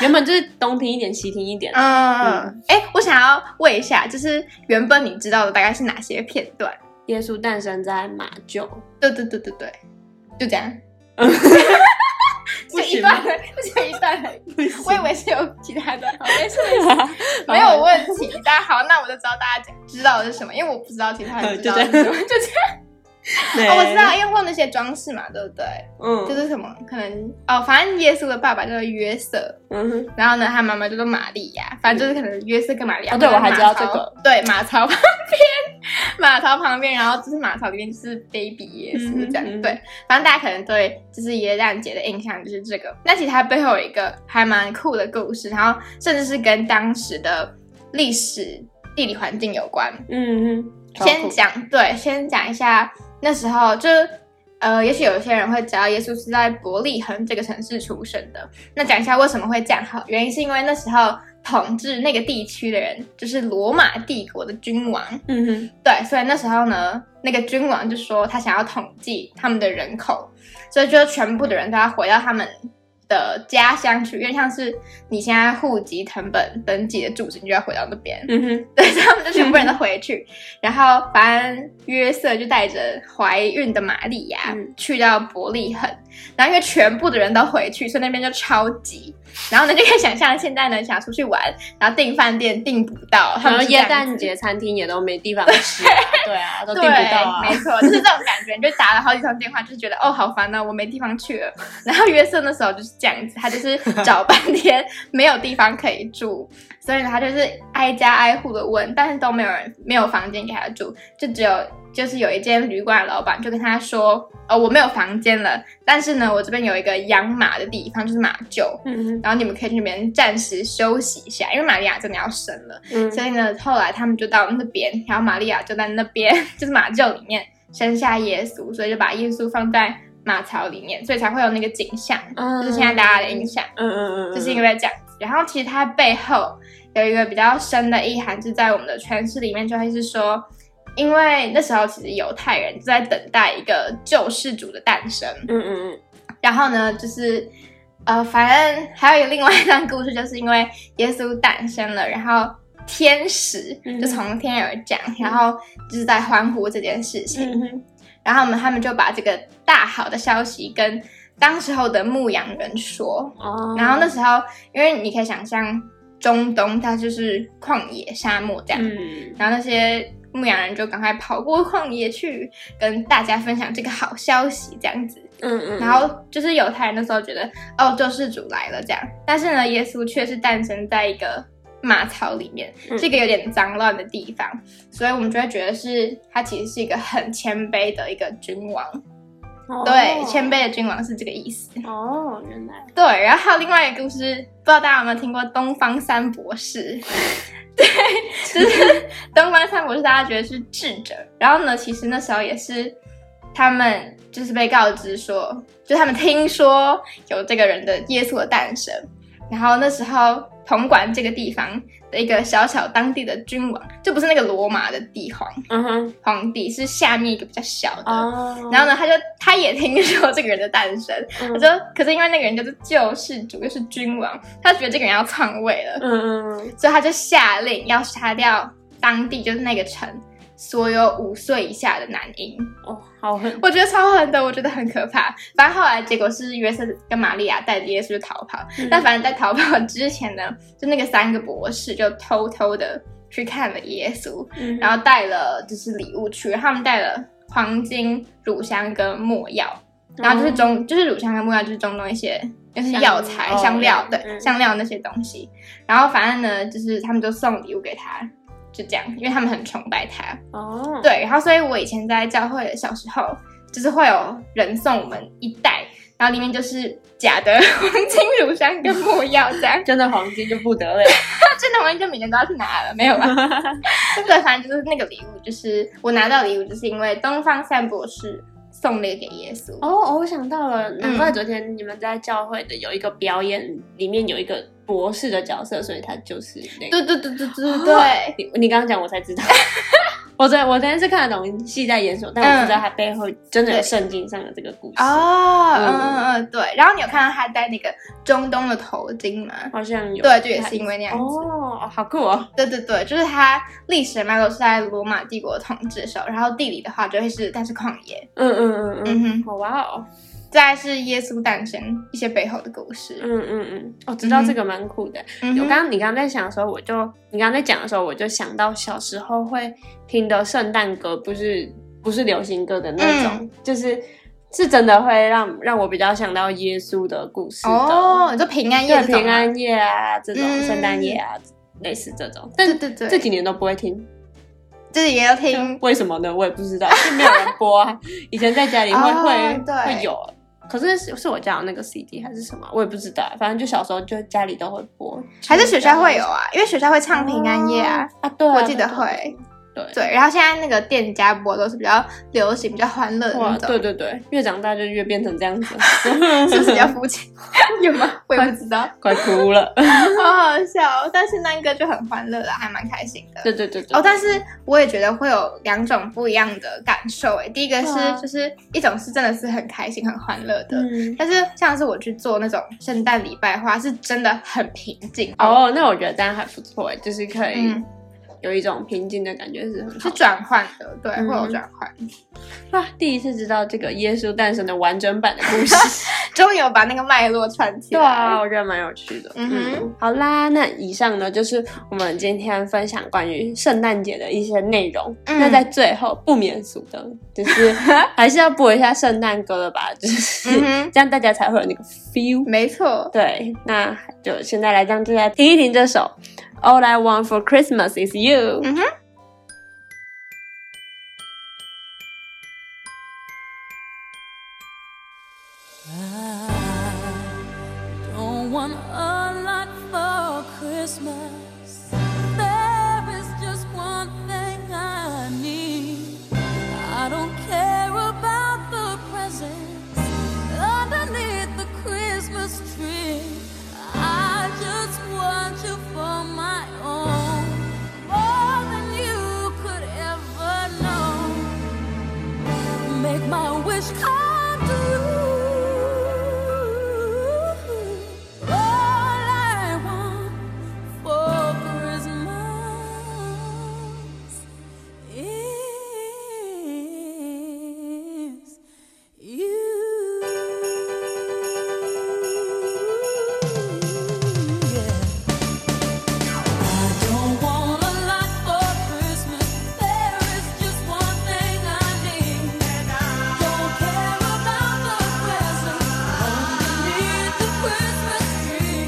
S3: 原本就是东听一点西听一点，
S2: 嗯，哎、我想要问一下，就是原本你知道的大概是哪些片段？
S3: 耶稣诞生在马厩，
S2: 对对对对对，就这样。嗯
S3: 不
S2: 就一
S3: 行
S2: 段
S3: 吗，
S2: 就一段而已。 我以为是有其他的，好 没事，没
S3: 没
S2: 有问题。大家好，那我就知道大家讲知道的是什么，因为我不知道其他人知道的是什么，嗯 就这
S3: 对
S2: 样。哦，我知道，，因为会有那些装饰嘛，对不对？
S3: 嗯，
S2: 就是什么可能哦，反正耶稣的爸爸叫做约瑟，
S3: 嗯哼，
S2: 然后呢，他妈妈叫做玛利亚，反正就是可能约瑟跟玛利亚。
S3: 哦对
S2: 或者
S3: 我还知道这
S2: 马槽
S3: 个。
S2: 对，马槽旁边， 马槽旁边，然后就是马槽里面就是 baby 耶稣
S3: 嗯哼
S2: 这样。
S3: 嗯哼
S2: 对，反正大家可能对就是耶诞节的印象就是这个。那其实它背后有一个还蛮酷的故事，然后甚至是跟当时的历史地理环境有关。
S3: 嗯哼，超
S2: 先
S3: 酷，嗯
S2: 讲对，先讲一下那时候就呃，也许有些人会知道耶稣是在伯利恒这个城市出生的。那讲一下为什么会这样好，原因是因为那时候统治那个地区的人，就是罗马帝国的君王。
S3: 嗯哼，
S2: 对，所以那时候呢，那个君王就说他想要统计他们的人口，所以就全部的人都要回到他们的家乡去，因为像是你现在户籍成本登记的住址，你就要回到那边。
S3: 嗯哼，
S2: 对，所以他们就全部人都回去。然后，反正约瑟就带着怀孕的玛利亚、
S3: 嗯
S2: 去到伯利恒，然后因为全部的人都回去，所以那边就超级。然后呢，就可以想象现在呢，想出去玩，然后订饭店订不到，他
S3: 然后
S2: 们是
S3: 嗯
S2: 这
S3: 耶
S2: 样子
S3: 诞节餐厅也都没地方吃啊，对啊，都
S2: 对，
S3: 订不到啊
S2: 没。错，就是这种感觉，你就打了好几通电话，就是觉得哦好烦哦，我没地方去了。然后约瑟那时候就是这样子，他就是找半天没有地方可以住，所以呢他就是挨家挨户的问，但是都没有人没有房间给他住，就只有。就是有一间旅馆的老板就跟他说，哦，我没有房间了，但是呢，我这边有一个养马的地方，就是马厩，
S3: 嗯
S2: 然后你们可以去那边暂时休息一下，因为玛利亚真的要生了。
S3: 嗯
S2: 所以呢，后来他们就到那边，然后玛利亚就在那边， 就是马厩里面生下耶稣，所以就把耶稣放在马槽里面，所以才会有那个景象，
S3: 嗯
S2: 就是现在大家的印象，
S3: 嗯嗯嗯，
S2: 就是因为这样子。然后其实它背后有一个比较深的意涵，是在我们的诠释里面就会是说，因为那时候其实犹太人就在等待一个救世主的诞生，
S3: 嗯嗯嗯
S2: 然后呢，就是呃，反正还有一个另外一段故事，就是因为耶稣诞生了，然后天使
S3: 嗯
S2: 就从天而降，然后就是在欢呼这件事情。
S3: 嗯哼
S2: 然后我们他们就把这个大好的消息跟当时候的牧羊人说。
S3: 哦，
S2: 然后那时候，因为你可以想象中东它就是旷野沙漠这样，
S3: 嗯
S2: 然后那些牧羊人就赶快跑过旷野去跟大家分享这个好消息，这样子。
S3: 嗯嗯，
S2: 然后就是犹太人那时候觉得哦救世主来了这样，但是呢，耶稣却是诞生在一个马槽里面，
S3: 嗯
S2: 是一个有点脏乱的地方，所以我们就会觉得是他其实是一个很谦卑的一个君王，对，谦卑的君王是这个意思。
S3: 哦，原来
S2: 对，然后还有另外一个故事，不知道大家有没有听过东方三博士？ 对，就是东方三博士，大家觉得是智者。然后呢，其实那时候也是他们就是被告知说，就他们听说有这个人的耶稣的诞生，然后那时候统管这个地方的一个小小当地的君王，就不是那个罗马的帝皇
S3: 嗯哼
S2: 皇帝，是下面一个比较小的。
S3: 哦，
S2: 然后呢，他就他也听说这个人的诞生，我
S3: 嗯
S2: 就可是因为那个人就是救世主，又是君王，他觉得这个人要篡位了，
S3: 嗯嗯
S2: 所以他就下令要杀掉当地就是那个城所有五岁以下的男婴。
S3: 哦，好狠，
S2: 我觉得超狠的，我觉得很可怕。反正后来结果是约瑟跟玛利亚带着耶稣就逃跑，但反正在逃跑之前呢，就那个三个博士就偷偷的去看了耶稣，
S3: 嗯
S2: 然后带了就是礼物去，他们带了黄金、乳香跟没药。然后就是中，就是乳香跟木药，就是中东一些就是药材、
S3: 哦香
S2: 香料
S3: 哦，
S2: 对，
S3: 嗯
S2: 香料那些东西。然后反正呢，就是他们就送礼物给他，就这样，因为他们很崇拜他。
S3: 哦，
S2: 对，然后所以我以前在教会的小时候，就是会有人送我们一袋，然后里面就是假的黄金乳香跟木药这样。
S3: 真的黄金就不得了，
S2: 那真的黄金就每年都要去拿了，没有 吧？对，反正就是那个礼物，就是我拿到礼物，就是因为东方三博士送那个给耶稣。
S3: 哦哦，我想到了，难
S2: 嗯
S3: 怪昨天你们在教会的有一个表演，里面有一个博士的角色，所以他就是那个。
S2: 对对对对对对。
S3: 你你刚刚讲我才知 道，我昨我昨天是看得懂戏在演什么，但我不知道他背后真的有圣经上的这个故事。
S2: 嗯哦，嗯
S3: 嗯
S2: 嗯嗯，对。然后你有看到他戴那个中东的头巾吗？
S3: 好像有
S2: 对，就也是因为那样子。
S3: 哦，好酷哦，
S2: 对对对，就是他历史的脉络是在罗马帝国统治的时候，然后地理的话就会是但是旷野。
S3: 嗯嗯嗯
S2: 嗯
S3: 嗯，
S2: 哼，
S3: 好哇哦，
S2: 再来是耶稣诞生一些背后的故事。
S3: 嗯嗯嗯，我知道这个蛮酷的。
S2: 嗯
S3: 我
S2: 哼，
S3: 刚你刚在想的时候，我就你刚在讲的时候，我就想到小时候会听的圣诞歌，不是不是流行歌的那种，
S2: 嗯
S3: 就是是真的会让让我比较想到耶稣的故事的，
S2: 哦，你说平安夜
S3: 对
S2: 这种
S3: 平
S2: 吗，
S3: 安夜啊这种，
S2: 嗯
S3: 圣诞夜啊类似这种，但
S2: 对对对，
S3: 这
S2: 自己
S3: 几年都不会听，
S2: 自己也要听。
S3: 为什么呢？我也不知道，就没有人播 啊。以前在家里会、
S2: 哦
S3: 会
S2: 对
S3: 会有。可是是是我家有那个 CD 还是什么，我也不知道。反正就小时候就家里都会播，
S2: 还是学校会有啊，因为学校会唱平安夜啊。
S3: 哦啊，对啊，
S2: 我记得
S3: 对
S2: 会。
S3: 对
S2: 对，然后现在那个店家播都是比较流行、比较欢乐的
S3: 哇，
S2: 那
S3: 对
S2: 种，
S3: 对对，越长大就越变成这样子，
S2: 是不是比较肤浅？有吗？我也不知道，
S3: 快哭了。
S2: 好好笑哦。但是那个就很欢乐啦，还蛮开心的。
S3: 对对对对，
S2: 哦，但是我也觉得会有两种不一样的感受欸诶。第一个是
S3: 对啊，
S2: 就是一种是真的是很开心、很欢乐的，
S3: 嗯，
S2: 但是像是我去做那种圣诞礼拜花，是真的很平静，
S3: 哦，那我觉得这样还不错哎，就是可以
S2: 嗯，
S3: 有一种平静的感觉是很好
S2: 是。转换的，对，
S3: 嗯
S2: 会有转换。
S3: 哇，啊第一次知道这个耶稣诞生的完整版的故 事。
S2: 终于有把那个脉络串起
S3: 对
S2: 来。
S3: 啊，我觉得蛮有趣的。
S2: 嗯哼，
S3: 好啦，那以上呢就是我们今天分享关于圣诞节的一些内容。
S2: 嗯
S3: 那在最后不免俗的，就是 还是要播一下圣诞歌的吧，就是、
S2: 嗯哼
S3: 这样大家才会有那个 feel。
S2: 没错，
S3: 对，那就现在来让大家听一听这首《All I Want for Christmas Is You》。
S2: 嗯哼。
S4: I don't want a lot for Christmas. There is just one thing I need. I don't care about the presents underneath the Christmas tree. I just want you for my own, more than you could ever know make my wish come true. All I want for Christmas is you. Yeah. I don't want a lot for Christmas. There is just one thing I need. Don't care about the presents underneath the Christmas tree.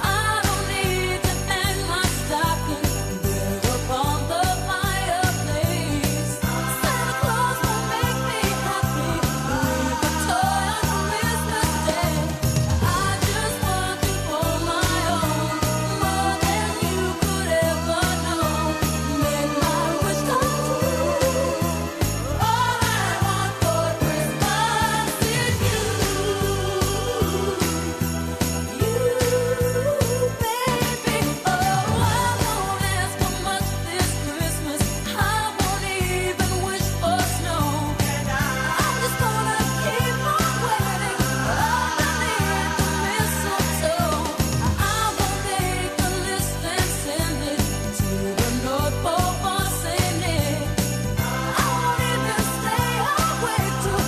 S4: I don't need to hang my stocking there upon the fireplace. Santa Claus will make me happy with a toy on Christmas Day. I just want you for my own, more than you could ever know. Make my wish come true. All I want for Christmas is you, you, baby. Oh, I won't ask for much this Christmas. I won't even wish for snow. I'm just gonna keep on waiting underneath the mistletoe. I will make a list and send it to the North Pole for Saint Nick. I won't even stay awake to hear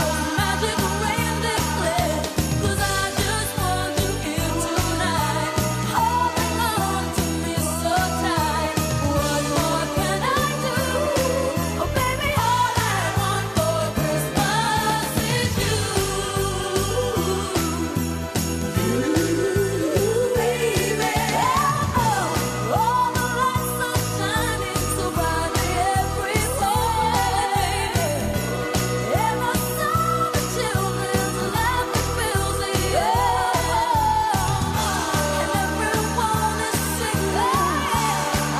S4: those magic rain declare. 'Cause I just want you here tonight, holding on to me so tight. What more can I do? Oh, baby, all I want for Christmas is you, you, baby. Oh, all the lights are shining so brightly everywhere. Ever so the children's laughter fills the air, and everyone is singing.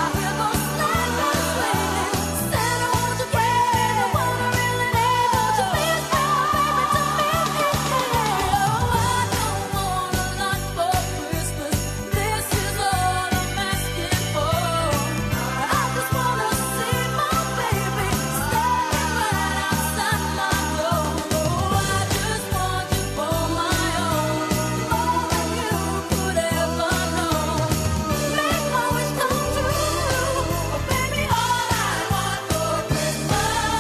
S4: I hear those sleigh bells ringing. Santa, won't you bring the one I really need? Won't you please come, baby, to me? Oh, I don't want a lot for Christmas. This is all I'm asking for. I just wanna see my baby standing right outside my door. Oh, I just want you for my own, more than you could ever know. Make my wish come true, oh baby, all I want for Christmas is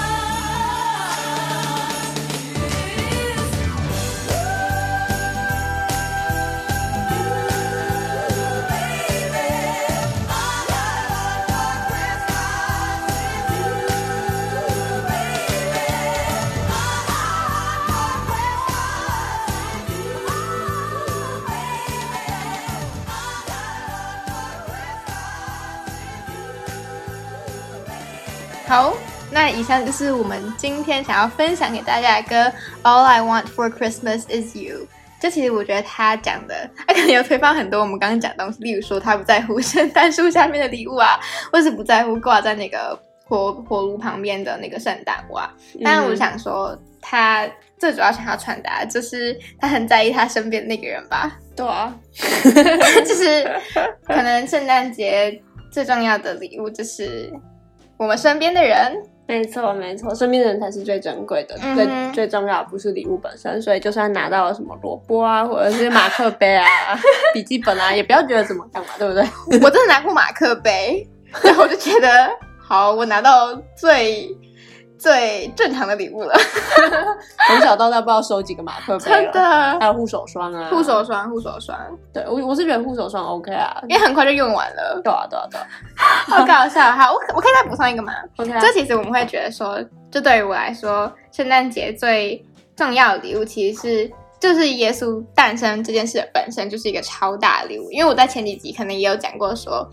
S2: 好，那以上就是我们今天想要分享给大家的歌《All I Want for Christmas Is You》。这其实我觉得他讲的， 他可能有推翻很多我们 刚刚讲的东西，例如说他不在乎圣诞树下面的礼物啊，或是不在乎挂在那个火火炉旁边的那个圣诞袜。
S3: 嗯
S2: 但我想说，他最主要想要传达就是他很在意他身边的那个人吧，
S3: 对啊，
S2: 就是可能圣诞节最重要的礼物就是我们身边的人。
S3: 没错没错，身边的人才是最珍贵的，
S2: 嗯哼
S3: 最最重要的不是礼物本身，所以就算拿到了什么萝卜啊，或者是马克杯 啊、笔记本啊，也不要觉得怎么干嘛，对不对？
S2: 我真的拿过马克杯，然后我就觉得好，我拿到最最正常的礼物了，
S3: 从小到大不知道收几个马克杯
S2: 真
S3: 了，还
S2: 的。
S3: 有护手霜啊，
S2: 护手霜，护手霜，
S3: 对我我是觉得护手霜 OK 啊，
S2: 因为很快就用完了，
S3: 对啊对啊对啊
S2: 好搞笑。好，我可我可以再补上一个吗？
S3: ，OK 啊
S2: 这其实我们会觉得说，这对于我来说，圣诞节最重要的礼物其实是就是耶稣诞生这件事本身就是一个超大的礼物。因为我在前几集可能也有讲过说，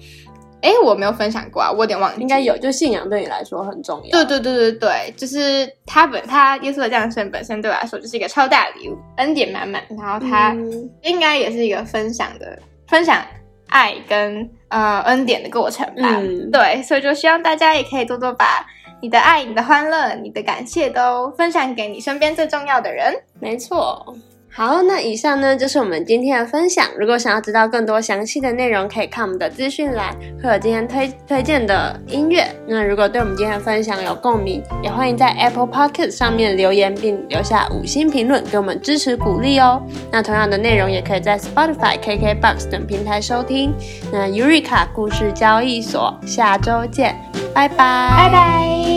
S2: 哎，我没有分享过啊，我有点忘记，
S3: 应该。有，就信仰对你来说很重要，
S2: 对对对对对，就是他本他耶稣的诞生本身对我来说就是一个超大的礼物，恩典满满，然后他
S3: 嗯
S2: 应该也是一个分享的分享爱跟呃恩典的过程吧。
S3: 嗯
S2: 对，所以就希望大家也可以多多把你的爱、你的欢乐、你的感谢都分享给你身边最重要的人。
S3: 没错。好，那以上呢就是我们今天的分享。如果想要知道更多详细的内容，可以看我们的资讯栏，会有今天推推荐的音乐。那如果对我们今天的分享有共鸣，也欢迎在 Apple Pocket 上面留言，并留下五星评论，给我们支持鼓励哦。那同样的内容也可以在 Spotify、KKBox 等平台收听。那 Eureka 故事交易所，下周见，拜拜，
S2: 拜拜。